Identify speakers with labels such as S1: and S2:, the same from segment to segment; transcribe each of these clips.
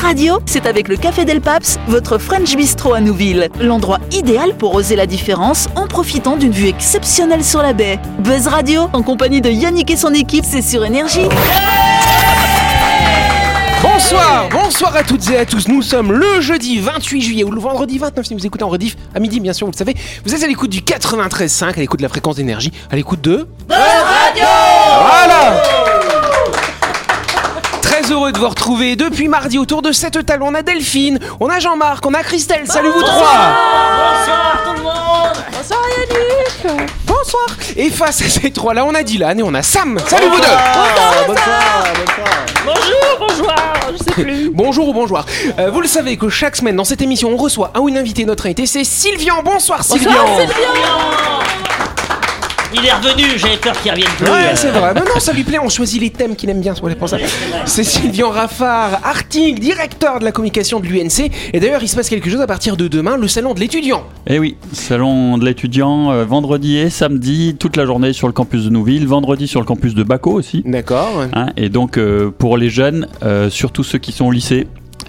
S1: radio, c'est avec le Café Del Paps, votre French Bistro à Nouville. L'endroit idéal pour oser la différence en profitant d'une vue exceptionnelle sur la baie. Buzz Radio, en compagnie de Yannick et son équipe, c'est sur Énergie.
S2: Bonsoir, bonsoir à toutes et à tous. Nous sommes le jeudi 28 juillet ou le vendredi 29 si vous écoutez en rediff à midi, bien sûr, vous le savez. Vous êtes à l'écoute du 93.5, à l'écoute de la fréquence d'énergie, à l'écoute de voilà Très heureux de vous retrouver depuis mardi autour de cette table. On a Delphine, on a Jean-Marc, on a Christelle. Salut vous trois Bonsoir Et face à ces trois-là, on a Dylan et on a Sam. Salut vous deux
S3: Bonjour, bonjour, je sais plus.
S2: Bonjour ou bonjour. Euh, vous le savez que chaque semaine dans cette émission, on reçoit un ou une invitée. Notre invité, c'est Sylvian. Bonsoir Sylvian
S3: Il est revenu, j'avais peur qu'il revienne plus. euh,
S2: Ouais, c'est vrai. Mais non, ça lui plaît. On choisit les thèmes qu'il aime bien. C'est pour ça. C'est Sylvian Raffard, article, directeur de la communication de l'UNC. Et d'ailleurs, il se passe quelque chose à partir de demain, le salon de l'étudiant.
S4: Eh oui, salon de l'étudiant, euh, vendredi et samedi, toute la journée sur le campus de Nouville, vendredi sur le campus de Baco aussi.
S2: D'accord.
S4: hein, et donc euh, pour les jeunes, euh, surtout ceux qui sont au lycée,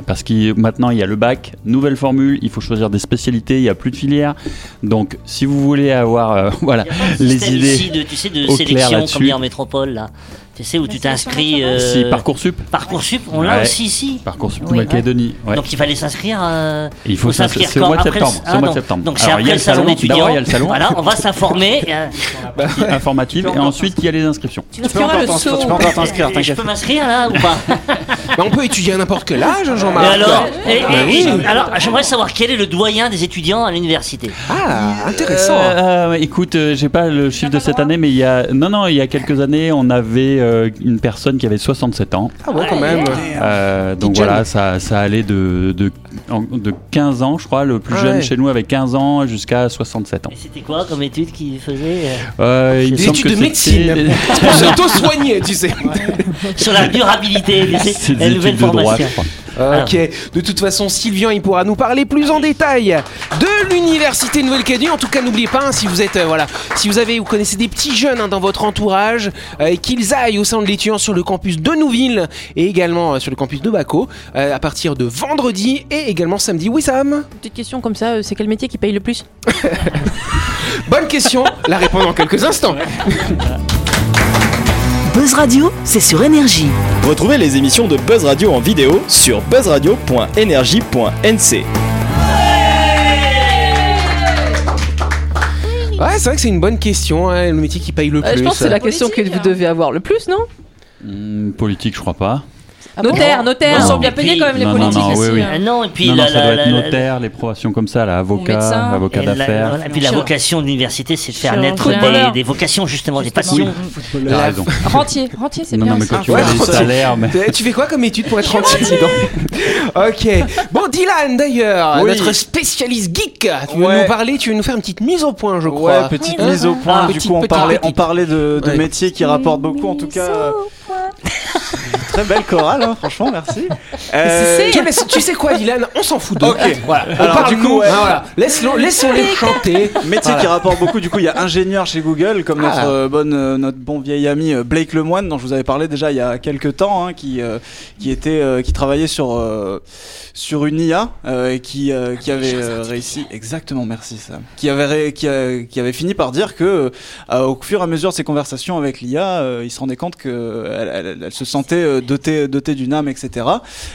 S4: parce que maintenant il y a le bac, nouvelle formule, il faut choisir des spécialités, il n'y a plus de filière. Donc si vous voulez avoir euh, voilà, les
S3: Système
S4: idées,
S3: ici de, tu sais, de
S4: au clair
S3: sélection
S4: là-dessus.
S3: comme il y a en métropole là. Tu sais où tu t'inscris. euh,
S4: si Parcoursup,
S3: Parcoursup, on l'a
S4: Ouais.
S3: aussi ici.
S4: Parcoursup
S3: Oui. hein.
S4: Macédonie, ouais.
S3: Donc il fallait s'inscrire. euh,
S4: Et il faut
S3: faut s'inscrire
S4: s'inscrire, c'est au
S3: quand
S4: mois de
S3: Après le-
S4: septembre, c'est au
S3: Ah,
S4: mois de
S3: donc-
S4: septembre.
S3: Donc c'est
S4: Alors,
S3: après
S4: il y a
S3: le
S4: le salon,
S3: salon d'étudiants.
S4: d'abord, il y a le salon.
S3: Voilà, on va s'informer. euh,
S4: informative, et ensuite il y a les inscriptions.
S5: Tu peux encore t'en- tu peux encore t'inscrire,
S3: Je
S5: t'inquiète.
S3: peux m'inscrire là ou pas
S2: Bah, on peut étudier à n'importe quel âge, hein,
S3: Et
S2: Jean-Marc.
S3: alors, et- et-
S2: Bah oui.
S3: et- alors, j'aimerais savoir quel est le doyen des étudiants à l'université.
S2: Ah, intéressant.
S4: Euh, euh, écoute, euh, j'ai pas le chiffre de cette année, mais il y a non non, il y a quelques années, on avait euh, une personne qui avait 67 ans.
S2: Ah ouais, quand même.
S4: Euh, donc
S2: jeune.
S4: voilà, ça, ça allait de, de, en- de 15 ans, je crois, le plus
S2: Ah
S4: jeune
S2: ouais.
S4: chez nous avait 15 ans jusqu'à 67 ans.
S3: Et c'était quoi comme étude qu'ils faisaient euh,
S4: Euh, il me
S2: Des
S4: semble
S2: études de
S4: que
S2: médecine.
S4: c'était-
S2: Pour s'auto-soigner, tu sais.
S3: Sur la durabilité, tu sais,
S4: C'est
S3: la
S4: des
S3: nouvelle
S4: études de droit,
S3: formation.
S4: je crois.
S2: Ok, de toute façon, Sylvian, il pourra nous parler plus en détail de l'université de Nouvelle-Calédonie. En tout cas, n'oubliez pas, hein, si vous êtes, euh, voilà, si vous avez ou connaissez des petits jeunes hein, dans votre entourage, euh, et qu'ils aillent au sein de l'étudiant sur le campus de Nouville et également euh, sur le campus de Baco euh, à partir de vendredi et également samedi. Oui, Sam
S6: Petite question comme ça, euh, c'est quel métier qui paye le plus
S2: Bonne question, la réponse dans quelques instants.
S1: Buzz Radio, c'est sur Énergie.
S5: Retrouvez les émissions de Buzz Radio en vidéo sur buzzradio.energie.nc.
S2: Ouais, c'est vrai que c'est une bonne question, hein, le métier qui paye le
S6: Euh,
S2: plus.
S6: Je pense que c'est la question que vous devez avoir le plus, non
S4: Hmm, politique, je crois pas.
S7: Ah
S6: Notaire, notaire,
S4: Non.
S6: on bien payé quand même les
S4: Non, non,
S6: politiques
S4: non, oui,
S6: ici.
S4: oui.
S6: hein.
S3: Ah non, et puis
S4: non,
S3: la,
S4: non, ça
S3: la-
S4: doit
S3: la-
S4: être
S3: la-
S4: notaire, les probations comme ça, là, avocat,
S7: médecin,
S4: avocat
S3: et la-
S4: d'affaires.
S3: voilà, et puis la
S7: Sure.
S3: vocation de l'université, c'est de faire
S6: Sure.
S3: naître
S6: Footballeur.
S3: des, des vocations, justement, des passions.
S7: Justement.
S4: T'as raison.
S7: Rentier, rentier, c'est
S4: Non,
S7: bien.
S4: non, mais quand
S2: ça.
S4: tu vois
S2: Ouais,
S4: les
S2: c'est-
S4: salaires, mais.
S2: Euh, Tu fais quoi comme étude pour être entier Ok. Bon, Dylan d'ailleurs,
S5: Oui.
S2: notre spécialiste geek, tu veux
S5: Ouais.
S2: nous parler, tu veux nous faire une petite mise au point, je crois.
S5: Ouais, petite
S2: Hein
S5: mise au point.
S2: Ah,
S5: du
S2: petite,
S5: coup, on
S2: petite,
S5: parlait,
S2: petite.
S5: on parlait de, de
S2: Ouais.
S5: métiers qui rapportent beaucoup, en tout cas. euh, Très belle chorale, hein, franchement, merci. Euh,
S2: Tu, laisses- tu sais quoi, Dylan On s'en fout d'eux.
S5: Ok.
S2: voilà. On
S5: Alors,
S2: parle
S5: du
S2: du
S5: coup,
S2: coup.
S5: ouais.
S2: Laisse-le- Laissons-les chanter.
S5: Métier
S2: Voilà.
S5: qui rapporte beaucoup, du coup, il y a ingénieur chez Google, comme
S2: Ah.
S5: notre, euh, bonne, euh, notre bon vieil ami euh, Blake Lemoine, dont je vous avais parlé déjà il y a quelques temps, hein, qui, euh, qui, était, euh, qui travaillait sur, euh, sur une IA euh, et qui, euh, qui avait euh, réussi. Exactement, merci Sam. Qui avait, ré- qui, a- qui avait fini par dire que, euh, au fur et à mesure de ses conversations avec l'IA, euh, il se rendait compte qu'elle elle, elle- elle se sentait euh, dotée, dotée d'une âme, etc.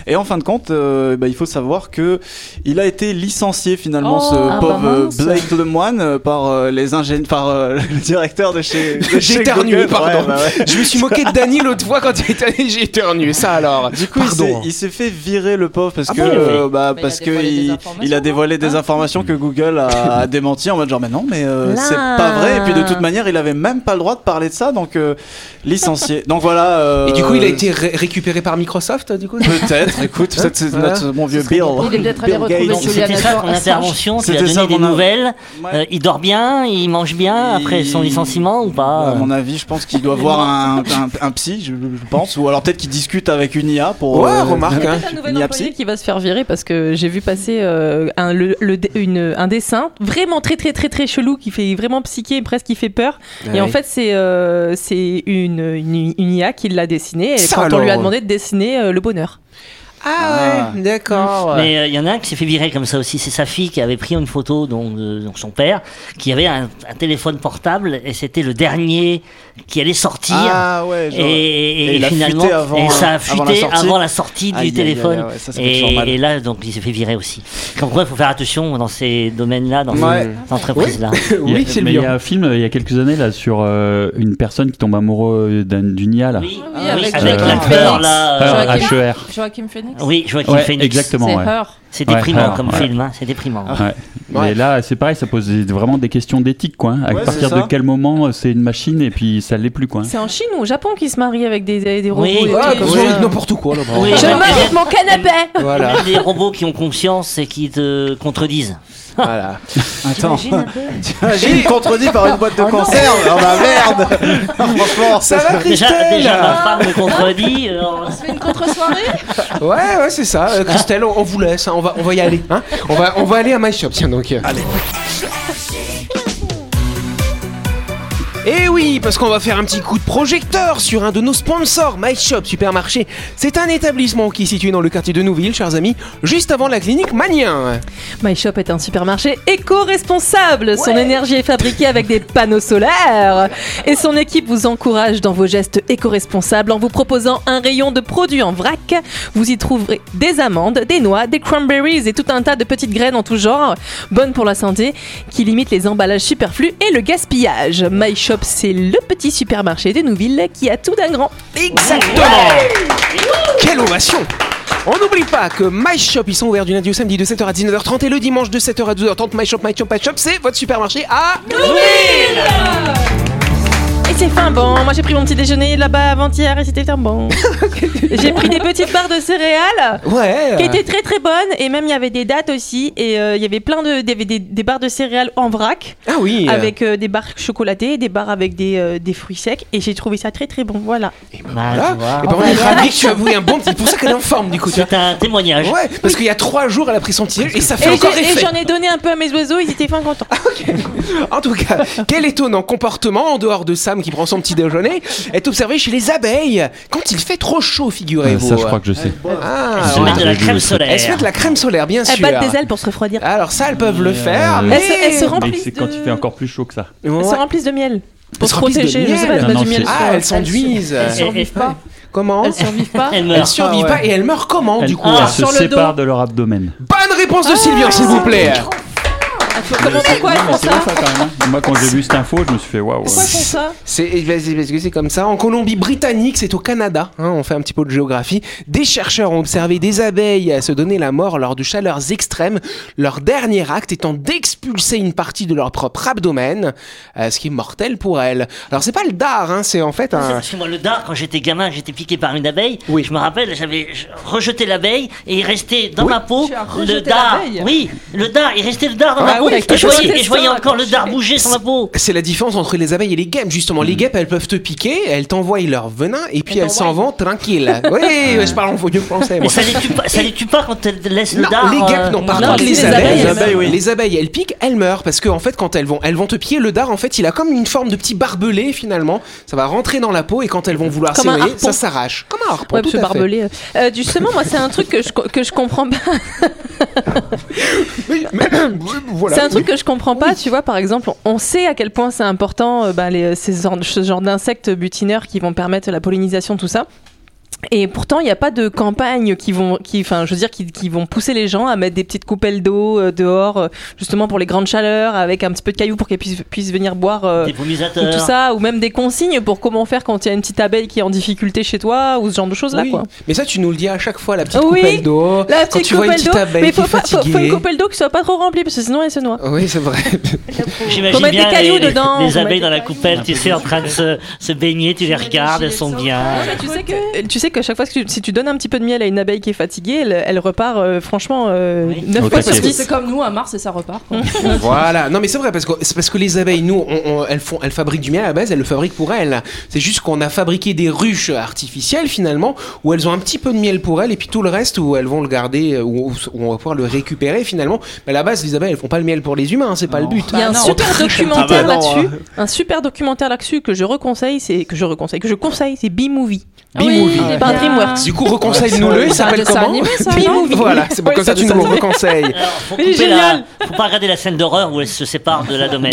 S5: Et en fin de compte, euh, bah, il faut savoir que il a été licencié finalement,
S7: Oh,
S5: ce
S7: ah bah
S5: pauvre euh,
S7: mince.
S5: Blake Lemoine, euh, par euh, les ingénieurs, par euh, le directeur de chez. de chez
S2: J'éternuais,
S5: Google.
S2: pardon.
S5: Ouais, bah ouais.
S2: Je me suis moqué de Dany l'autre fois quand il était allé, j'ai éternué. Ça alors.
S5: Du coup, il s'est-
S2: pardon. hein.
S5: il s'est fait virer le pauvre parce
S2: Ah
S5: que
S2: bon
S5: euh, bah,
S7: Mais il a
S5: parce que
S7: dévoilé des
S5: il,
S7: informations,
S5: il a dévoilé des
S7: hein.
S5: informations que Google a, a démenti en mode genre mais non mais euh,
S6: Là.
S5: c'est pas vrai et puis de toute manière il avait même pas le droit de parler de ça donc euh, licencié donc voilà euh,
S2: Et du coup, il a été ré- récupéré par Microsoft, du coup
S5: peut-être écoute peut-être c'est
S2: Voilà.
S5: notre mon vieux Bill
S7: Il est peut-être allé
S5: Bill
S7: retrouver
S5: Gates.
S7: Julian
S3: C'était ça
S7: Assange.
S3: ton intervention, tu lui as
S5: C'était
S3: donné
S5: ça,
S3: des
S5: mon-
S3: nouvelles.
S5: Ouais.
S3: Euh, il dort bien, il mange bien
S5: Il-
S3: après son licenciement ou
S5: À
S3: pas
S5: mon avis, je pense qu'il doit voir un, un, un psy, je, je pense, ou alors peut-être qu'il discute avec une IA pour. euh,
S2: Ouais, remarque, hein.
S6: Un nouvel
S5: Ni
S6: employé
S5: absent.
S6: qui va se faire virer parce que j'ai vu passer euh, un, le- le dé- une- un dessin vraiment très très très très chelou qui fait vraiment psyché et presque qui fait peur.
S2: Ah
S6: Et en fait c'est euh, c'est une, une, une IA qui l'a dessiné et
S2: Ça
S6: quand on lui a
S2: alors.
S6: demandé de dessiner euh, le bonheur.
S2: Ah, ouais, d'accord.
S3: Mais euh, il y en a un qui s'est fait virer comme ça aussi. C'est sa fille qui avait pris une photo donc, de donc son père, qui avait un, un téléphone portable et c'était le dernier qui allait sortir.
S5: Ah ouais, genre-
S3: et, et-
S5: et il a
S3: finalement,
S5: fuité avant- euh,
S3: et ça a
S5: avant la
S3: fuité
S5: sortie.
S3: avant la sortie,
S5: Aïe, aïe,
S3: du téléphone.
S5: aïe, ouais, ça, ça fait toujours mal.
S3: et, et là, donc, il s'est fait virer aussi. Comme quoi, il faut faire attention dans ces domaines-là, dans
S5: Ouais.
S3: ces entreprises-là.
S4: Il y a-
S2: oui, c'est
S4: mais Il y
S2: bien.
S4: a un film euh, il y a quelques années là sur euh, une personne qui tombe amoureux d'un- d'une IA là. Ah,
S3: Oui,
S6: Ah oui, E
S3: avec,
S4: avec
S3: la
S4: Joaquin
S3: peur
S6: Phoenix.
S3: là. euh,
S4: Heure,
S6: Joaquin-
S4: H-E-R.
S6: Joachim Phoenix
S3: Ah oui, Joaquin
S4: Ouais,
S3: Phoenix.
S4: exactement.
S6: C'est
S4: ouais.
S6: Her.
S3: C'est
S4: Ouais,
S3: déprimant
S4: ouais,
S3: comme
S4: ouais.
S3: film, hein, c'est déprimant.
S5: Ah,
S4: Ouais.
S2: Ouais.
S4: Mais là, c'est pareil, ça pose des- vraiment des questions d'éthique, quoi. hein. À
S5: Ouais,
S4: partir
S5: c'est
S4: de
S5: ça.
S4: quel moment euh, c'est une machine et puis ça l'est plus, quoi. hein.
S6: C'est en Chine ou au Japon qui se marie avec des, des, des robots
S3: Oui.
S6: et
S2: Ah,
S6: tout.
S2: comme
S5: Oui.
S2: ça, n'importe quoi là-bas.
S3: Oui.
S6: Je
S3: Ouais.
S6: me marie avec mon canapé
S2: Voilà,
S3: Même des robots qui ont conscience et qui te contredisent.
S2: voilà.
S5: Attends. T'imagines contredit par une boîte de cancer Oh bah merde Franchement,
S2: Ça va,
S3: Déjà,
S2: Christelle
S3: déjà ma femme me contredit.
S5: Ah.
S3: euh, Bah, alors-
S6: Une contre-soirée
S2: Ouais, ouais, c'est ça. Euh, Christelle, on, on vous laisse. hein. On, va, on va y aller. hein. On, va, on va aller à My Shop. Tiens, donc. euh. Allez. Et Eh oui, parce qu'on va faire un petit coup de projecteur sur un de nos sponsors, My Shop Supermarché. C'est un établissement qui est situé dans le quartier de Nouville, chers amis, juste avant la clinique Magnien.
S6: My Shop est un supermarché éco-responsable. Son énergie est fabriquée avec des panneaux solaires. Et son équipe vous encourage dans vos gestes éco-responsables en vous proposant un rayon de produits en vrac. Vous y trouverez des amandes, des noix, des cranberries et tout un tas de petites graines en tout genre, bonnes pour la santé, qui limitent les emballages superflus et le gaspillage. My Shop, c'est le petit supermarché de Nouville qui a tout d'un grand.
S2: Exactement. Quelle ovation on n'oublie pas que My Shop, ils sont ouverts du lundi au samedi de 7h à 19h30 et le dimanche de 7h à 12h30. My Shop, My Shop, My Shop, c'est votre supermarché à
S6: Et c'est fin bon. Moi, j'ai pris mon petit déjeuner là-bas avant-hier et c'était fin bon. j'ai pris des petites barres de céréales
S2: Ouais. euh,
S6: qui étaient très très bonnes et même il y avait des dates aussi et euh, il y avait plein de il y avait des, des barres de céréales en vrac
S2: Ah oui.
S6: avec euh, des barres chocolatées, des barres avec des, euh, des fruits secs et j'ai trouvé ça très très bon. Voilà.
S3: Bah,
S2: Voilà.
S3: tu
S6: Ah,
S3: vois.
S2: Et par contre, elle est ravie que tu as voulu un bon petit. C'est pour ça qu'elle est en forme, du coup. tu vois.
S3: C'est un témoignage.
S2: Ouais, parce qu'il y a trois jours, elle a pris son petit déj et ça fait
S6: Ah, Et
S2: encore Ah,
S6: j'ai- et
S2: effet.
S6: j'en ai donné un peu à mes oiseaux, ils étaient fin contents.
S2: En tout cas, quel étonnant comportement en dehors de Sam qui prend son petit déjeuner est observé chez les abeilles quand il fait trop chaud,
S4: Euh,
S2: figurez-vous.
S4: ça, je crois que je sais.
S2: Ah,
S3: Ils se
S2: ouais.
S3: mettent de la
S4: J'ai vu
S3: crème
S2: Elles
S4: le truc.
S2: se
S3: solaire.
S2: mettent de la crème solaire, bien
S6: Elles
S2: sûr.
S6: battent Eh, des ailes pour se refroidir.
S2: Alors ça, elles peuvent le faire,
S4: Euh,
S2: mais...
S6: Elles se- elles se rendent-
S4: Mais
S6: Remplies
S4: c'est quand
S6: de-
S4: il fait encore plus chaud que ça.
S2: Ouais.
S6: Elles se remplissent de miel pour
S2: se
S6: se
S2: remplissent de
S6: protéger. Je sais pas,
S2: miel.
S6: elles battent
S4: Non,
S6: du miel.
S4: c'est-
S2: Ah, elles s'enduisent.
S6: Elles
S3: Et- et-
S6: survivent pas.
S2: Comment
S6: Elles survivent pas.
S3: Elle
S2: Elles
S3: meurt.
S2: survivent
S5: Ah,
S2: pas et elles meurent comment,
S4: Elles,
S2: du coup
S4: elles
S3: Ah,
S4: se
S6: sur le
S4: séparent de leur abdomen.
S2: Bonne réponse
S6: Ah.
S2: de Sylvia, s'il vous plaît.
S6: Comment pourquoi elles font
S4: C'est bon,
S6: ça
S4: ça, quand même, hein. Moi, quand j'ai vu cette info, je me suis fait waouh.
S6: Pourquoi elles font ça
S2: C'est eh, vas-y, parce que c'est comme ça. En Colombie-Britannique, c'est au Canada. hein, on fait un petit peu de géographie. Des chercheurs ont observé des abeilles à se donner la mort lors de chaleurs extrêmes. Leur dernier acte étant d'expulser une partie de leur propre abdomen, euh, ce qui est mortel pour elles. Alors c'est pas le dard, hein, c'est en fait
S3: C'est
S2: un.
S3: Parce que moi, le dard, quand j'étais gamin, j'étais piqué par une abeille.
S2: Oui.
S3: Je me rappelle, j'avais je- rejeté l'abeille et il restait dans
S2: Oui.
S3: ma peau
S6: Tu as
S3: le
S6: rejeté
S3: dard.
S6: l'abeille
S3: Oui, le dard, il restait le dard dans
S2: Ah
S3: ma peau.
S2: oui,
S3: et, je
S6: chose
S3: voyais,
S6: de
S3: et je voyais
S6: ça,
S3: encore le dard bouger sur ma peau.
S2: C'est la différence entre les abeilles et les guêpes, justement. Les guêpes, elles peuvent te piquer, elles t'envoient leur venin et puis
S6: Elles
S2: elles s'en vont tranquilles. Oui, je parle en vieux français.
S3: Mais
S2: moi.
S3: ça les tue pas, ça les tue pas quand elles laissent
S2: Non,
S3: le dard. euh,
S2: les guêpes, non, par
S6: euh, non,
S2: contre,
S6: si,
S2: les,
S6: les
S2: abeilles,
S6: abeilles,
S2: les
S5: elles
S2: abeilles,
S5: meurent.
S2: les abeilles, elles piquent, elles meurent. Parce que, en fait, quand elles vont, elles vont te piquer, le dard, en fait, il a comme une forme de petit barbelé, finalement. Ça va rentrer dans la peau et quand elles vont vouloir
S6: Comme un
S2: s'éloigner,
S6: harpon.
S2: ça s'arrache. Comme un harpon.
S6: Ouais,
S2: tout
S6: monsieur
S2: à fait.
S6: Barbelé. Euh, justement, moi, c'est un truc que je, co- que je comprends pas.
S2: Oui, mais- voilà.
S6: c'est un truc que je comprends pas, tu vois. Par exemple, on sait à quel point c'est important euh, ben, les, ces or- ce genre d'insectes butineurs qui vont permettre la pollinisation, tout ça. Et pourtant, il n'y a pas de campagne qui vont, qui, enfin, je veux dire, qui, qui vont pousser les gens à mettre des petites coupelles d'eau euh, dehors, euh, justement pour les grandes chaleurs, avec un petit peu de cailloux pour qu'elles puissent, puissent venir boire. euh,
S3: Des
S6: ou tout
S3: pollinisateurs.
S6: ça, ou même des consignes pour comment faire quand il y a une petite abeille qui est en difficulté chez toi, ou ce genre de choses-là,
S2: Oui.
S6: quoi.
S2: Mais ça, tu nous le dis à chaque fois, la petite
S6: Oui,
S2: coupelle d'eau.
S6: La
S2: quand
S6: petite
S2: tu vois une
S6: coupelle d'eau.
S2: petite abeille
S6: Mais
S2: qui
S6: faut,
S2: est
S6: pas, faut, faut
S2: fatiguée.
S6: une coupelle d'eau qui soit pas trop remplie parce que sinon elle se noie.
S2: Oui, c'est vrai.
S6: Faut
S3: J'imagine
S6: mettre
S3: bien
S6: des cailloux
S3: les,
S6: dedans,
S3: les
S6: faut
S3: abeilles
S6: mettre
S3: dans
S6: des
S3: la coupelle, tu sais, en train de se, se baigner, tu les regardes, elles sont bien.
S6: Tu sais que Euh, tu sais qu'à chaque fois que tu- si tu donnes un petit peu de miel à une abeille qui est fatiguée, elle, elle repart euh, franchement euh,
S3: Oui.
S6: 9
S4: Au
S6: fois sur
S4: taquet.
S6: 10.
S7: C'est comme nous, à Mars et ça repart. quoi.
S2: voilà. Non, mais c'est vrai parce que c'est parce que les abeilles, nous, on- on- elles font, elles fabriquent du miel à la base, elles le fabriquent pour elles. C'est juste qu'on a fabriqué des ruches artificielles finalement où elles ont un petit peu de miel pour elles et puis tout le reste où elles vont le garder euh, où, où on va pouvoir le récupérer finalement. Mais à la base, les abeilles, elles font pas le miel pour les humains, hein, c'est pas le but.
S6: Il y a un
S7: Bah non.
S6: super
S5: Ah
S6: documentaire
S5: bah non,
S6: là-dessus,
S7: hein.
S6: un super documentaire là-dessus que je reconseille, c'est que je reconseille, que je conseille, c'est B Movie.
S7: Ah Oui,
S2: B-movie.
S7: les
S6: pas un DreamWorks.
S2: Du coup, reconseille-nous-le, il
S7: C'est un
S2: s'appelle
S7: dessin
S2: comment
S7: animé, ça, non
S2: Bee Voilà, c'est pour
S5: Oui,
S2: comme
S5: c'est
S2: ça
S5: un
S2: tu nous
S5: dessin
S2: le reconseilles.
S3: Alors, faut,
S6: Il est
S3: couper la-
S6: génial.
S3: faut pas regarder la scène d'horreur où elle se sépare de la domaine.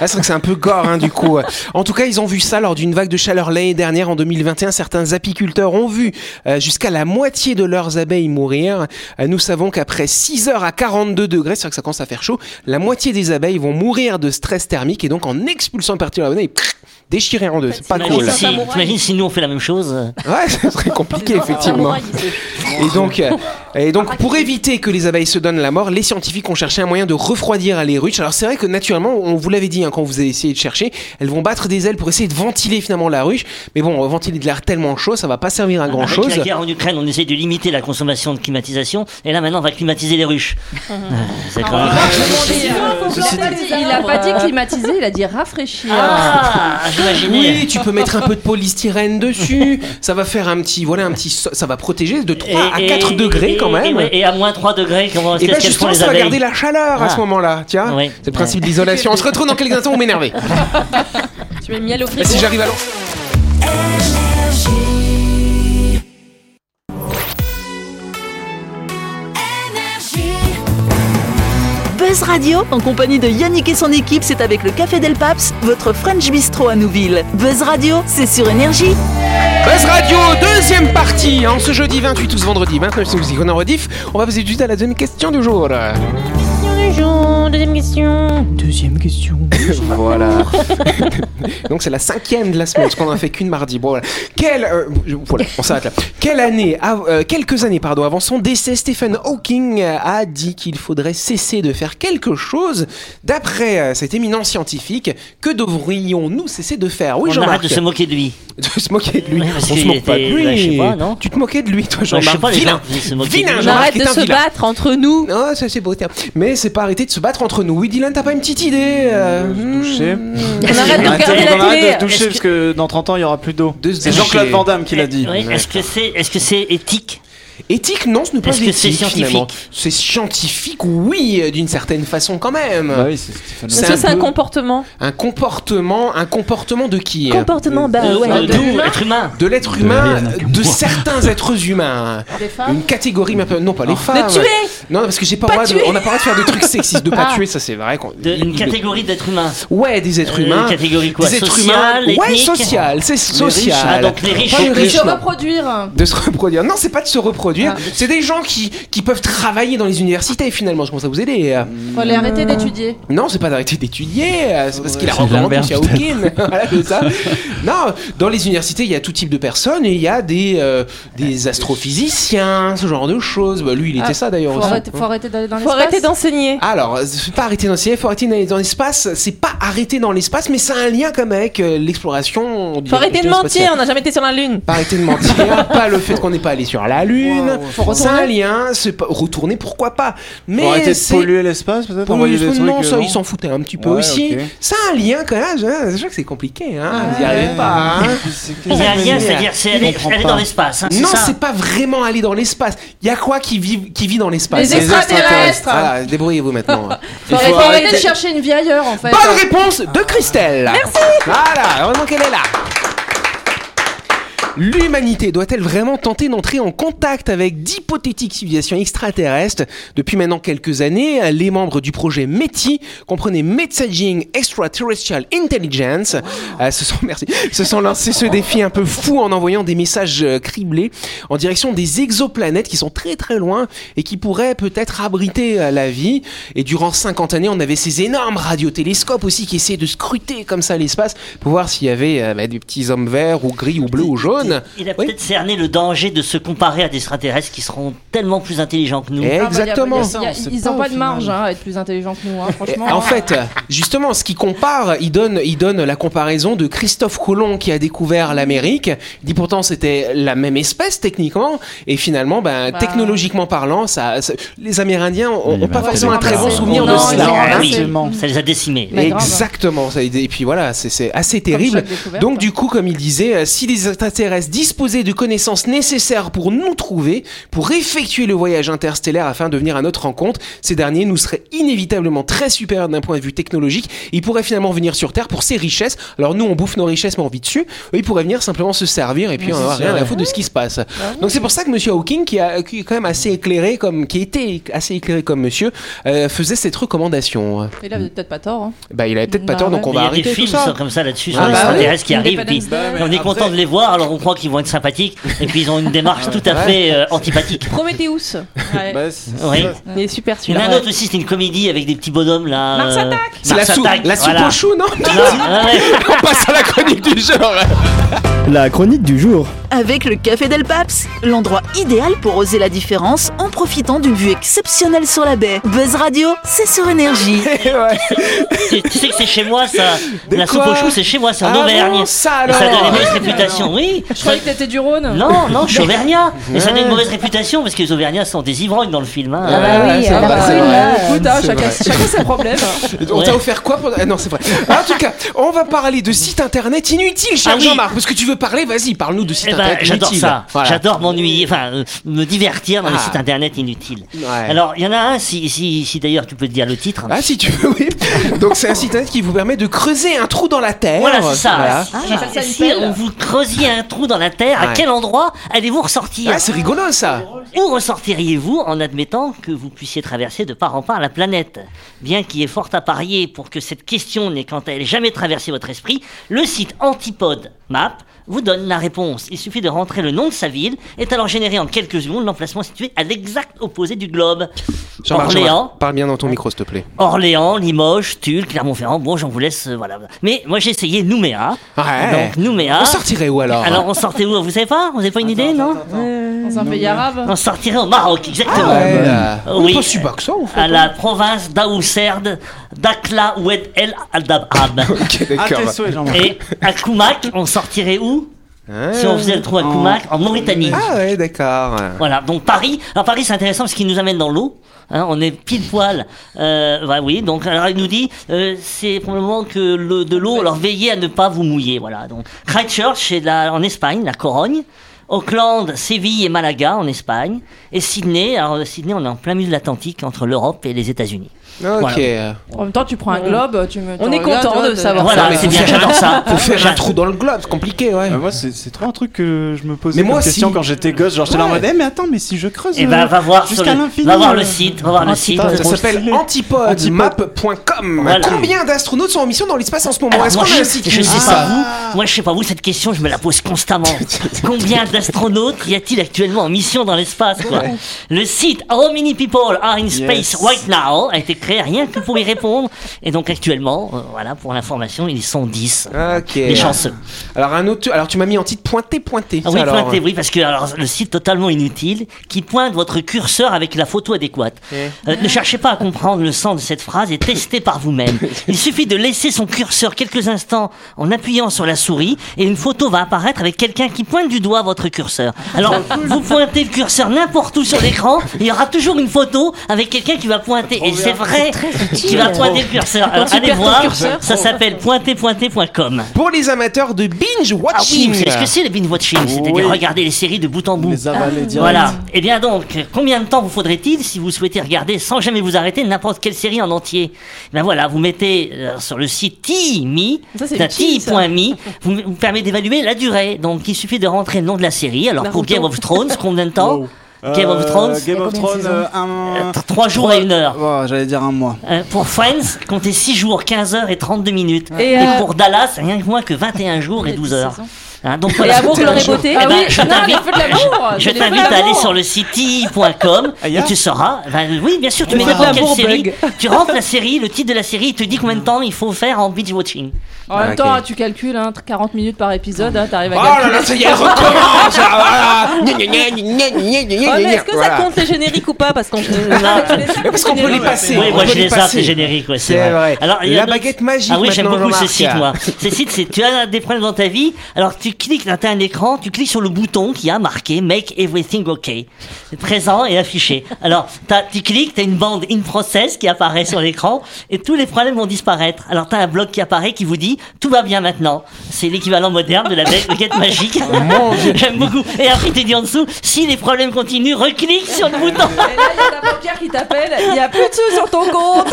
S2: Ah, c'est vrai que c'est un peu gore, hein, du coup. En tout cas, ils ont vu ça lors d'une vague de chaleur l'année dernière, en 2021. Certains apiculteurs ont vu euh, jusqu'à la moitié de leurs abeilles mourir. Euh, nous savons qu'après 6 heures à 42 degrés, c'est vrai que ça commence à faire chaud, la moitié des abeilles vont mourir de stress thermique et donc en expulsant une partie de leur abeille, déchirer en deux. C'est pas
S3: T'imagines
S2: cool.
S3: si, t'imagines si nous on fait la même chose euh,
S2: Ouais, ça serait compliqué, effectivement. Et donc, euh, et donc, pour éviter que les abeilles se donnent la mort, les scientifiques ont cherché un moyen de refroidir les ruches. Alors, c'est vrai que naturellement, on vous l'avait dit hein, quand vous avez essayé de chercher, elles vont battre des ailes pour essayer de ventiler finalement la ruche. Mais bon, ventiler de l'air tellement chaud, ça va pas servir à grand
S3: Ah, Avec
S2: chose.
S3: la guerre en Ukraine, on essaie de limiter la consommation de climatisation, et là maintenant on va climatiser les ruches. Euh, c'est quand même-
S7: Il a pas dit climatiser, il a dit rafraîchir.
S3: Ah, j'imaginais.
S2: Oui, tu peux mettre un peu de polystyrène dessus. Ça va faire un petit, voilà, un petit, so- ça va protéger de 3 Ah, à 4 degrés
S3: et-
S2: quand
S3: Et,
S2: même.
S3: ouais, et à moins 3 degrés, comment
S2: Et
S3: est-ce
S2: bien
S3: qu'elles font
S2: justement,
S3: les
S2: ça va garder
S3: abeilles
S2: la chaleur à
S3: Ah.
S2: ce moment-là, tiens.
S3: Oui.
S2: C'est le principe d'isolation. On se retrouve dans quelques instants, vous m'énervez.
S6: Tu mets miel au
S2: Et
S6: frigo.
S2: si j'arrive à l'en-
S1: Buzz Radio, en compagnie de Yannick et son équipe, c'est avec le Café Del Paps, votre French Bistro à Nouville. Buzz Radio, c'est sur Énergie.
S2: Buzz Radio, deuxième partie, en ce jeudi 28 ou ce vendredi 29, si vous y connaissez en rediff, on va passer tout de suite à la deuxième question du jour.
S6: Bah,
S2: voilà. Donc c'est la cinquième de la semaine, parce qu'on n'en fait qu'une mardi. Bon, voilà. Quelle, euh, je- voilà, on s'arrête là. Quelle année, av- euh, quelques années pardon, avant son décès, Stephen Hawking euh, a dit qu'il faudrait cesser de faire quelque chose. D'après euh, cet éminent scientifique, que devrions-nous cesser de faire Oui,
S3: On arrête
S2: Jean-Marc.
S3: de se moquer de lui.
S2: De se moquer de lui.
S3: Ouais, parce
S2: on se
S3: qu'il
S2: moque pas de
S3: était- bah,
S2: lui.
S3: je sais pas, non
S2: tu te moquais de lui, toi,
S3: Ouais, je sais
S2: Jean-Marc.
S3: pas, les
S2: Vilain.
S3: gens ils se moquent de
S2: Vilain,
S3: lui.
S6: On arrête
S2: Jean-Marc
S6: de
S2: est un
S6: se
S2: vilain.
S6: battre entre nous.
S2: Non, Ah, ça c'est beau terme. Mais c'est pas arrêté de se battre entre nous. Oui, Dylan, t'as pas une petite idée euh,
S5: Euh, se toucher.
S2: hmm.
S6: On arrête de
S5: On arrête
S6: regarder
S5: de- on
S6: la
S5: arrête de
S6: télé.
S5: se toucher parce que dans 30 ans il y aura plus d'eau.
S2: De se
S5: C'est Jean-Claude
S2: toucher.
S5: Van Damme qui l'a dit.
S3: Oui, Est-ce que c'est est -ce c'est éthique
S2: Éthique, non, ce n'est pas
S3: Est-ce que
S2: éthique.
S3: c'est scientifique
S2: finalement. C'est scientifique, oui, euh, d'une certaine façon quand même.
S5: Bah oui, c'est Stephen
S6: Est-ce
S2: c'est
S6: que
S2: un
S6: c'est un
S2: peu-
S6: comportement
S2: Un comportement, un comportement de qui hein
S6: Comportement, bah
S3: Euh,
S6: ouais.
S3: de nous, être humain
S2: De l'être
S4: De
S2: humain,
S4: rien,
S2: de certains êtres humains.
S7: Des femmes
S2: Une catégorie, mais un peu- non
S3: Ah.
S2: pas les femmes.
S6: De tuer
S2: Non, parce que j'ai pas, le droit de-
S6: tuer.
S2: on n'a pas le droit de faire de trucs sexistes, de pas
S7: Ah.
S2: tuer, ça c'est vrai. qu'on-
S3: de,
S2: il-
S3: Une
S2: il-
S3: catégorie d'êtres humains.
S2: Ouais, des êtres
S3: Euh,
S2: humains.
S3: Une catégorie quoi
S2: des êtres
S3: Sociale,
S2: humains. Ouais,
S3: ethnique
S2: social, c'est social.
S3: Ah, donc les riches.
S2: Pas les
S3: Donc,
S7: De
S2: riches,
S7: se
S2: non.
S7: reproduire.
S2: De se reproduire. Non, c'est pas de se
S6: Ah.
S2: reproduire. C'est des gens qui, qui peuvent travailler dans les universités, finalement. Je commence à vous aider. euh.
S4: Mm.
S7: Faut les arrêter d'étudier.
S2: Non, c'est pas d'arrêter d'étudier. euh, C'est parce qu'il a
S4: C'est
S2: rencontré
S4: l'inverse,
S2: Monsieur Hawking. Voilà, c'est ça. Non, dans les universités, il y a tout type de personnes et il y a des, euh,
S4: Ah.
S2: des astrophysiciens, ce genre de choses. Bah, lui, il était
S7: Ah,
S2: ça d'ailleurs
S7: Faut
S2: aussi.
S7: arrêter, faut arrêter d'aller dans
S6: Faut
S7: l'espace.
S6: arrêter d'enseigner.
S2: Alors, c'est pas arrêter dans le ciel, faut arrêter d'aller dans l'espace. C'est pas arrêter dans l'espace, mais ça a un lien quand même avec euh, l'exploration. du-
S6: Faut arrêter de
S2: spatiale.
S6: mentir, on n'a jamais été sur la lune.
S2: Pas arrêter de mentir, pas le fait qu'on n'est pas allé sur la Lune.
S5: Waouh.
S7: Faut
S2: C'est un
S7: retourner.
S2: lien, c'est pas retourner, pourquoi pas.
S5: Pour arrêter
S2: Mais
S5: de
S2: c'est
S5: polluer l'espace peut-être
S2: pour
S5: envoyer
S2: nous,
S5: des trucs.
S2: non, ça,
S5: euh,
S2: ils s'en foutaient un petit peu
S5: Ouais,
S2: aussi.
S5: ok.
S2: Ça a un lien quand même. hein. C'est sûr que c'est compliqué. Hein. Vous y
S5: Ouais.
S2: arrivez pas. hein.
S3: Il y a un lien, c'est-à-dire c'est
S5: Il
S3: aller,
S5: comprend
S3: aller
S5: pas.
S3: dans l'espace. hein,
S2: Non,
S3: ça.
S2: c'est pas vraiment aller dans l'espace. Il y a quoi qui vit, qui vit dans l'espace
S7: Les extraterrestres.
S2: Voilà, débrouillez-vous maintenant.
S5: faut
S7: Faut arrêter de
S5: arrêter.
S7: chercher une vieille heure en fait. Ah,
S2: Bonne réponse de Christelle. Merci. Voilà, heureusement qu'elle est là. L'humanité doit-elle vraiment tenter d'entrer en contact avec d'hypothétiques civilisations extraterrestres Depuis maintenant quelques années, les membres du projet METI, comprenez Messaging Extraterrestrial Intelligence, euh, se, sont, merci, se sont lancés ce défi un peu fou en envoyant des messages euh, criblés en direction des exoplanètes qui sont très très loin et qui pourraient peut-être abriter euh, la vie. Et durant 50 années, on avait ces énormes radiotélescopes aussi qui essayaient de scruter comme ça l'espace pour voir s'il y avait euh, bah, des petits hommes verts ou gris ou bleus ou jaunes.
S3: Il a
S2: Oui.
S3: peut-être cerné le danger de se comparer à des extraterrestres qui seront tellement plus intelligents que nous.
S7: Ah, bah, y a-
S2: Eh, Exactement.
S7: y a- y a-
S5: C'est
S7: Ils
S5: pas
S7: ont
S5: au
S7: pas de
S5: final.
S7: marge hein, à être plus intelligents que nous, hein,
S2: Et
S7: franchement.
S2: En fait, justement, ce qu'il compare, il donne, il donne la comparaison de Christophe Colomb qui a découvert l'Amérique. Il dit pourtant c'était la même espèce techniquement, et finalement, ben,
S7: Bah.
S2: technologiquement parlant, ça, ça- les Amérindiens ont,
S4: Oui,
S2: ont pas
S4: bah,
S2: forcément un très bon
S7: c'est-
S2: souvenir de
S7: non,
S2: cela.
S7: ils ont-
S3: Ah
S2: hein.
S3: oui,
S5: Exactement.
S3: ça les a décimés.
S7: Mais grave.
S2: Exactement. ça, Et puis voilà, c'est- c'est assez terrible.
S7: chaque découverte.
S2: Donc du coup, comme il disait, euh, si les extraterrestres disposaient de connaissances nécessaires pour nous trouver, pour effectuer le voyage interstellaire afin de venir à notre rencontre, ces derniers nous seraient inévitablement très supérieurs d'un point de vue technologique. Ils pourraient finalement venir sur Terre pour ces richesses. Alors nous, on bouffe nos richesses, mais on vit dessus. Eux, ils pourraient venir simplement se servir et puis on n'aura rien à foutre de ce qui se passe.
S3: Bah
S2: Donc c'est pour ça que Monsieur Hawking, qui, a, qui est quand même assez éclairé, comme qui était assez éclairé comme Monsieur, euh, faisait cette recommandation.
S7: Il a peut-être pas tort. hein.
S2: Bah, il avait peut-être pas
S7: Bah
S2: tort,
S7: ouais.
S2: donc on
S3: Mais
S2: va
S3: il y a
S2: arrêter
S3: des films
S2: tout ça.
S3: sur- comme ça là-dessus, sur
S2: Ah
S3: les
S2: bah
S3: extraterrestres qui arrivent. puis
S7: Independence
S5: Bah,
S7: Day.
S5: mais
S3: on est
S5: après-
S3: content de les voir, alors on croit qu'ils vont être sympathiques, et puis ils ont une démarche tout à
S2: Ah, Ouais.
S3: fait euh, antipathique.
S6: Prometheus.
S5: Bah, c'est-
S3: Oui.
S6: Il est super
S3: Il y en a
S6: celui-là.
S3: un autre aussi, c'est une comédie avec des petits bonhommes là.
S6: Mars
S3: euh,
S6: Attack
S2: C'est la,
S3: Mars
S2: sou
S3: Attack,
S2: la soupe
S3: voilà.
S2: au chou, non
S3: Non, ouais.
S2: On passe à la chronique du genre.
S8: La chronique du jour.
S1: Avec le Café Del Paps, l'endroit idéal pour oser la différence en profitant d'une vue exceptionnelle sur la baie. Buzz Radio, c'est sur énergie.
S3: tu, tu sais que c'est chez moi ça.
S2: De
S3: la soupe
S2: quoi
S3: au chou, c'est chez moi, c'est en
S2: Ah
S3: Auvergne.
S2: bon, ça
S3: Et
S2: alors.
S3: ça donne une mauvaise réputation, oui.
S7: Je croyais que t'étais du Rhône.
S3: Non, non, je suis auvergnat. Et ça donne une mauvaise réputation parce que les auvergnats sont des ivrognes dans le film. hein.
S2: Ah bah oui,
S7: Ah
S2: bah,
S7: bah,
S2: c'est
S7: oui,
S2: vrai.
S7: bah, écoute, hein,
S2: C'est
S7: chacun,
S2: vrai.
S7: chacun ses problèmes.
S2: On t'a
S3: Ouais.
S2: offert quoi pour... Ah Non, c'est vrai. En tout cas, on va parler de sites internet inutiles, cher
S3: Ah oui.
S2: Jean-Marc, parce que tu veux parler, vas-y, parle-nous de sites
S3: Eh ben,
S2: internet inutiles.
S3: j'adore ça.
S2: Voilà.
S3: J'adore m'ennuyer, enfin euh, me divertir dans les
S2: Ah.
S3: sites internet inutiles.
S2: Ouais.
S3: Alors, il y en a un, si, si, si d'ailleurs tu peux te dire le titre.
S2: Ah, si tu veux, oui. Donc, c'est un site internet qui vous permet de creuser un trou dans la terre.
S3: Voilà, c'est Ah, ça.
S2: Voilà.
S3: Si, si on vous creusiez un trou dans la terre,
S2: Ouais.
S3: à quel endroit allez-vous ressortir
S2: Ah, c'est rigolo ça.
S3: Où ressortiriez-vous en admettant que vous puissiez traverser de part en part la planète Bien qu'il est fort à parier pour que cette question n'ait quant à elle jamais traversé votre esprit, le site Antipode Map vous donne la réponse. Il suffit de rentrer le nom de sa ville et alors généré en quelques secondes l'emplacement situé à l'exact opposé du globe.
S2: Jean-Marc,
S3: Orléans,
S2: Jean-Marc, parle bien dans ton micro, s'il te plaît.
S3: Orléans, Limoges, Tulle, Clermont-Ferrand, bon j'en vous laisse, euh, voilà. Mais moi j'ai essayé Nouméa.
S2: Ouais.
S3: Donc Nouméa...
S2: On sortirait Eh. où alors
S3: Alors on sortait où Vous savez pas Vous avez pas une idée, non
S7: Dans un pays arabe.
S3: On sortirait au Maroc, exactement.
S2: Ouais.
S3: euh, Oui. Ah,
S2: Pas si bas que ça, en fait.
S3: à la province d'Aousserd, d'Akla Oued El Aldabab.
S2: Ok,
S5: À
S2: d'accord.
S5: tes souhaits, Jean-Marc.
S3: Et à Koumak, on sortirait où
S2: Ah.
S3: Si on faisait le trou à Koumak, en Mauritanie.
S2: Ah, ouais, d'accord.
S3: Voilà, donc Paris. Alors Paris, c'est intéressant parce qu'il nous amène dans l'eau. Hein, on est pile poil. Euh, bah oui, donc alors il nous dit, euh, c'est probablement que le, de l'eau, alors veillez à ne pas vous mouiller. Voilà, donc Christchurch, c'est la- en Espagne, la Corogne. Auckland, Séville et Malaga en Espagne. Et Sydney, alors euh, Sydney, on est en plein milieu de l'Atlantique entre l'europe et les États-Unis.
S2: Ok.
S7: En même temps, tu prends un globe, tu me.
S6: On est
S7: t'en regardes,
S6: content
S7: toi,
S6: de savoir
S2: Non,
S3: Voilà,
S2: mais
S3: c'est
S2: faut
S3: bien,
S2: faire
S3: j'adore ça.
S2: Faut faire un
S3: Ah, J'adore.
S2: trou dans le globe, c'est compliqué, ouais.
S5: Euh, moi, c'est c'est trop un truc que je me posais
S2: Mais
S5: comme
S2: moi
S5: question
S2: aussi.
S5: quand j'étais gosse. Genre, j'étais là en mode, Eh, mais attends, mais si je creuse.
S3: Et
S5: euh,
S3: ben va voir, sur
S5: jusqu'à
S3: le,
S5: l'infini,
S3: va voir
S5: euh,
S3: le site, va voir le
S5: Ah,
S3: site.
S5: putain,
S2: Ça s'appelle antipodemap.com.
S3: Voilà.
S2: Combien d'astronautes sont en mission dans l'espace en ce moment
S3: Alors,
S2: Est-ce
S3: Ah, moi,
S2: qu'on a
S3: je,
S2: un site Ah. qui
S3: je
S2: nous
S3: sais
S2: dit
S3: pas
S2: ça
S3: vous, moi je sais pas vous, cette question je me la pose constamment. Combien d'astronautes y a-t-il actuellement en mission dans l'espace quoi Le site How many people are in space
S5: Yes.
S3: right now a été créé rien que pour y répondre. Et donc actuellement, euh, voilà, pour l'information, ils sont 10.
S2: Ok.
S3: Les chanceux.
S2: Alors un autre. Alors tu m'as mis en titre pointé pointé.
S3: Ah oui,
S2: ça, alors. euh,
S3: pointez, oui, parce que alors, le site totalement inutile qui pointe votre curseur avec la photo adéquate. Euh, ne cherchez pas à comprendre le sens de cette phrase et testez par vous-même. Il suffit de laisser son curseur quelques instants en appuyant sur la souris et une photo va apparaître avec quelqu'un qui pointe du doigt votre curseur. Alors, vous pointez le curseur n'importe où sur l'écran, il y aura toujours une photo avec quelqu'un qui va pointer. Et c'est vrai qui va pointer le curseur. Alors,
S7: tu
S3: allez
S7: perds ton
S3: voir,
S7: curseur,
S3: ça s'appelle pointerpointer.com.
S2: Pour les amateurs de binge
S3: Ah oui,
S2: watching.
S3: vous savez ce que c'est le binge watching, c'est-à-dire
S5: Oui.
S3: regarder les séries de bout en bout.
S5: Les avaler direct.
S3: Voilà. Et bien donc, combien de temps vous faudrait-il si vous souhaitez regarder sans jamais vous arrêter n'importe quelle série en entier Ben voilà, vous mettez euh, sur le site Timi,
S6: Ça, c'est
S3: d'un
S6: utile, ça.
S3: ti.me, vous, vous permet d'évaluer la durée. Donc il suffit de rentrer le nom de la série. Alors pour
S6: Naruto.
S3: Game of Thrones, combien de temps
S5: Wow.
S3: Game of
S5: Euh,
S3: Thrones
S5: Game of
S7: combien de
S5: Thrones, euh, un.
S3: Euh, tr- Trois jours et une heure.
S5: Oh, J'allais dire un mois.
S3: Euh, pour Friends, comptez 6 jours, 15 heures et 32 minutes.
S6: Et,
S3: Et,
S6: euh,
S3: pour Dallas, rien que moins que 21 jours et 12 heures. Hein, donc
S6: Et
S3: voilà.
S6: amour, gloire et beauté.
S3: Eh
S7: Ah
S3: ben,
S7: oui,
S3: je
S7: non,
S3: t'invite-
S7: mais fais de l'amour,
S3: je
S7: fais de
S3: t'invite à aller
S7: l'amour.
S3: sur le city.com
S5: Ah, y a
S3: et tu sauras. ben oui, bien sûr, tu
S6: Mais
S3: mets
S6: fais de
S3: n'importe quelle série.
S6: l'amour, bug.
S3: Tu rentres la série, le titre de la série, il te dit combien de temps il faut faire en beach watching.
S7: En même
S4: Ah,
S2: ok.
S7: temps, tu calcules hein, 40 minutes par épisode, hein, t'arrives à
S2: Oh
S7: calculer.
S2: là là, ça y est, elle recommence. ah, voilà. Gna, gna, gna, gna, gna,
S6: Oh,
S2: gna,
S6: mais
S2: gna,
S6: est-ce que
S2: voilà.
S6: ça compte les génériques ou pas Parce qu'on. euh,
S7: Ah,
S2: Mais Parce qu'on peut les passer.
S3: Oui,
S2: on
S3: moi
S2: peut
S3: je les zappe,
S2: passer.
S3: les génériques. ouais,
S2: C'est
S3: c'est
S2: vrai.
S3: Alors, il y
S2: La
S3: a d'autres-
S2: baguette magique,
S3: Ah oui, j'aime
S2: maintenant,
S3: beaucoup ces
S2: Jean-Marc.
S3: sites, moi. ces sites, c'est tu as des problèmes dans ta vie, alors tu cliques d'un un écran, tu cliques sur le bouton qui a marqué Make Everything OK. C'est présent et affiché. Alors, t'as- tu cliques, tu as une bande in process qui apparaît sur l'écran et tous les problèmes vont disparaître. Alors, tu as un bloc qui apparaît qui vous dit Tout va bien maintenant. C'est l'équivalent moderne de la baie- baguette magique.
S2: Oh
S3: J'aime beaucoup. Et après, tu dis en dessous Si les problèmes continuent, reclique sur le bouton.
S7: Et là, il y a ta banquière qui t'appelle, il n'y a plus de sous sur ton compte.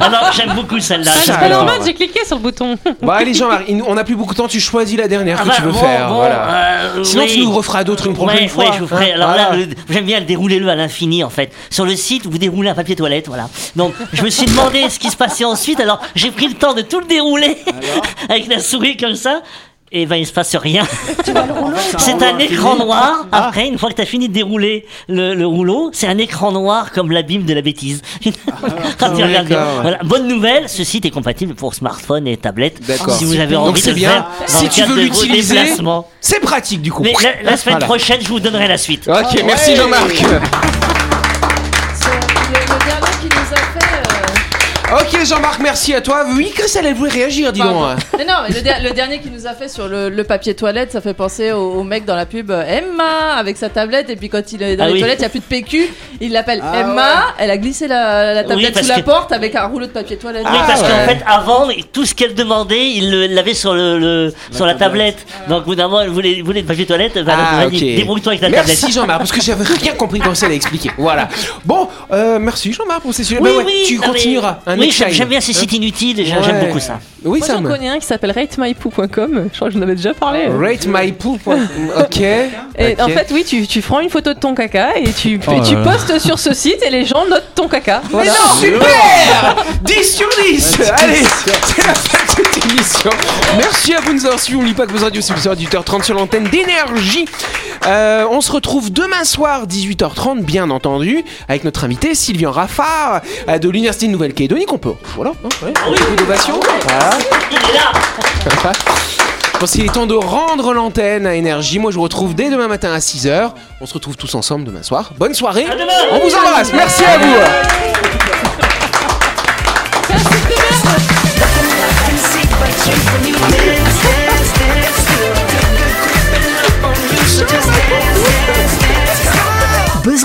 S6: Ah,
S3: Alors, j'aime beaucoup celle-là.
S2: Ça,
S6: Je suis
S2: alors.
S6: Ah, normal, j'ai cliqué sur le bouton.
S2: Bon, allez, Jean-Marc, il- on n'a plus beaucoup de temps, tu choisis la dernière
S3: Ah
S2: que
S3: bah,
S2: tu veux
S3: bon,
S2: faire.
S3: bon,
S2: voilà.
S3: euh,
S2: Sinon,
S3: oui.
S2: tu nous referas d'autres une prochaine
S3: Ouais,
S2: fois.
S3: ouais, je vous ferai.
S2: hein.
S3: Alors là,
S2: Voilà.
S3: le- j'aime bien le dérouler le à l'infini en fait. Sur le site, vous déroulez un papier toilette, voilà. Donc, je me suis demandé ce qui se passait ensuite. Alors, j'ai pris le temps de tout le dérouler avec la souris comme ça. Et ben, il se passe rien.
S5: Oh,
S3: C'est un écran noir.
S2: Ah.
S3: Après, une fois que tu as fini de dérouler le, le rouleau, c'est un écran noir comme l'abîme de la bêtise. Quand tu regardes bien.
S2: Ah, d'accord, ouais.
S3: Voilà. Bonne nouvelle, ce site est compatible pour smartphone et tablette.
S2: D'accord.
S3: Si vous avez
S2: Donc
S3: envie de
S2: c'est
S3: le
S2: bien.
S3: faire, dans
S2: Si
S3: le
S2: tu
S3: cadre
S2: veux
S3: de vos
S2: l'utiliser,
S3: déplacements.
S2: c'est pratique du coup.
S3: Mais la, la semaine
S2: Voilà.
S3: prochaine, je vous donnerai la suite.
S2: Ok, merci Jean-Marc.
S7: C'est le, le dernier qui nous a fait. euh,
S2: Ok Jean-Marc, merci à toi. Oui, Chris, elle elle voulait réagir, dis donc. hein.
S6: hein.
S7: Pardon. Mais non, mais le, der- le dernier qui nous a fait sur le, le papier toilette, ça fait penser au, au mec dans la pub euh, Emma avec sa tablette. Et puis quand il est dans
S3: Ah
S7: les
S3: oui.
S7: toilettes, il n'y a plus de PQ. Il l'appelle
S5: Ah
S7: Emma. Elle a glissé la, la
S3: Oui,
S7: tablette
S3: parce
S7: sous la
S3: que-
S7: porte avec un rouleau de papier toilette.
S3: oui,
S4: Ah.
S3: parce
S2: Ah, ouais.
S3: qu'en fait, avant, tout ce qu'elle demandait, il le- l'avait sur, le, le- sur la tablette. Ah. Donc, au bout d'un moment, elle voulait, voulait le papier toilette. Bah,
S2: Ah,
S3: elle m'a
S2: ok.
S3: dit, débrouille-toi avec la
S2: Merci
S3: tablette.
S2: Jean-Marc, parce que j'avais rien compris quand ça l'a expliqué. Voilà. Bon, euh, merci Jean-Marc pour ces sujets. Bah ouais, tu
S3: non, mais-
S2: continueras. Un
S3: oui,
S2: autre
S3: j'aime
S2: time.
S3: j'aime bien ces sites inutiles et j'a- j'aime
S2: Ouais.
S3: beaucoup ça.
S2: Oui,
S6: Moi,
S2: ça
S6: j'en
S2: me.
S6: connais un qui s'appelle ratemypoo.com. Je crois que j'en avais déjà parlé.
S2: Rate my poop. Ok.
S6: Et
S2: ok.
S6: en fait, oui, tu, tu prends une photo de ton caca et tu, et
S4: Oh
S6: tu
S4: là là.
S6: postes sur ce site et les gens notent ton caca.
S2: Mais
S6: Voilà.
S2: non, super 10 sur 10 Allez, c'est la fin de cette émission. Merci à vous de nous avoir suivis. On n'oublie pas que vos radios, c'est 18h30 sur l'antenne d'énergie. Euh, on se retrouve demain soir, 18h30, bien entendu, avec notre invité Sylvian Raffard euh, de l'Université de Nouvelle-Calédonie. Qu'on peut. Voilà, hein, ouais,
S3: Ah
S2: un coup d'ovation. Voilà.
S3: Il est là
S2: Je pense qu'il est temps de rendre l'antenne à énergie. Moi, je vous retrouve dès demain matin à 6h. On se retrouve tous ensemble demain soir. Bonne soirée.
S3: À demain
S2: On vous embrasse. Merci à vous.
S1: Buzz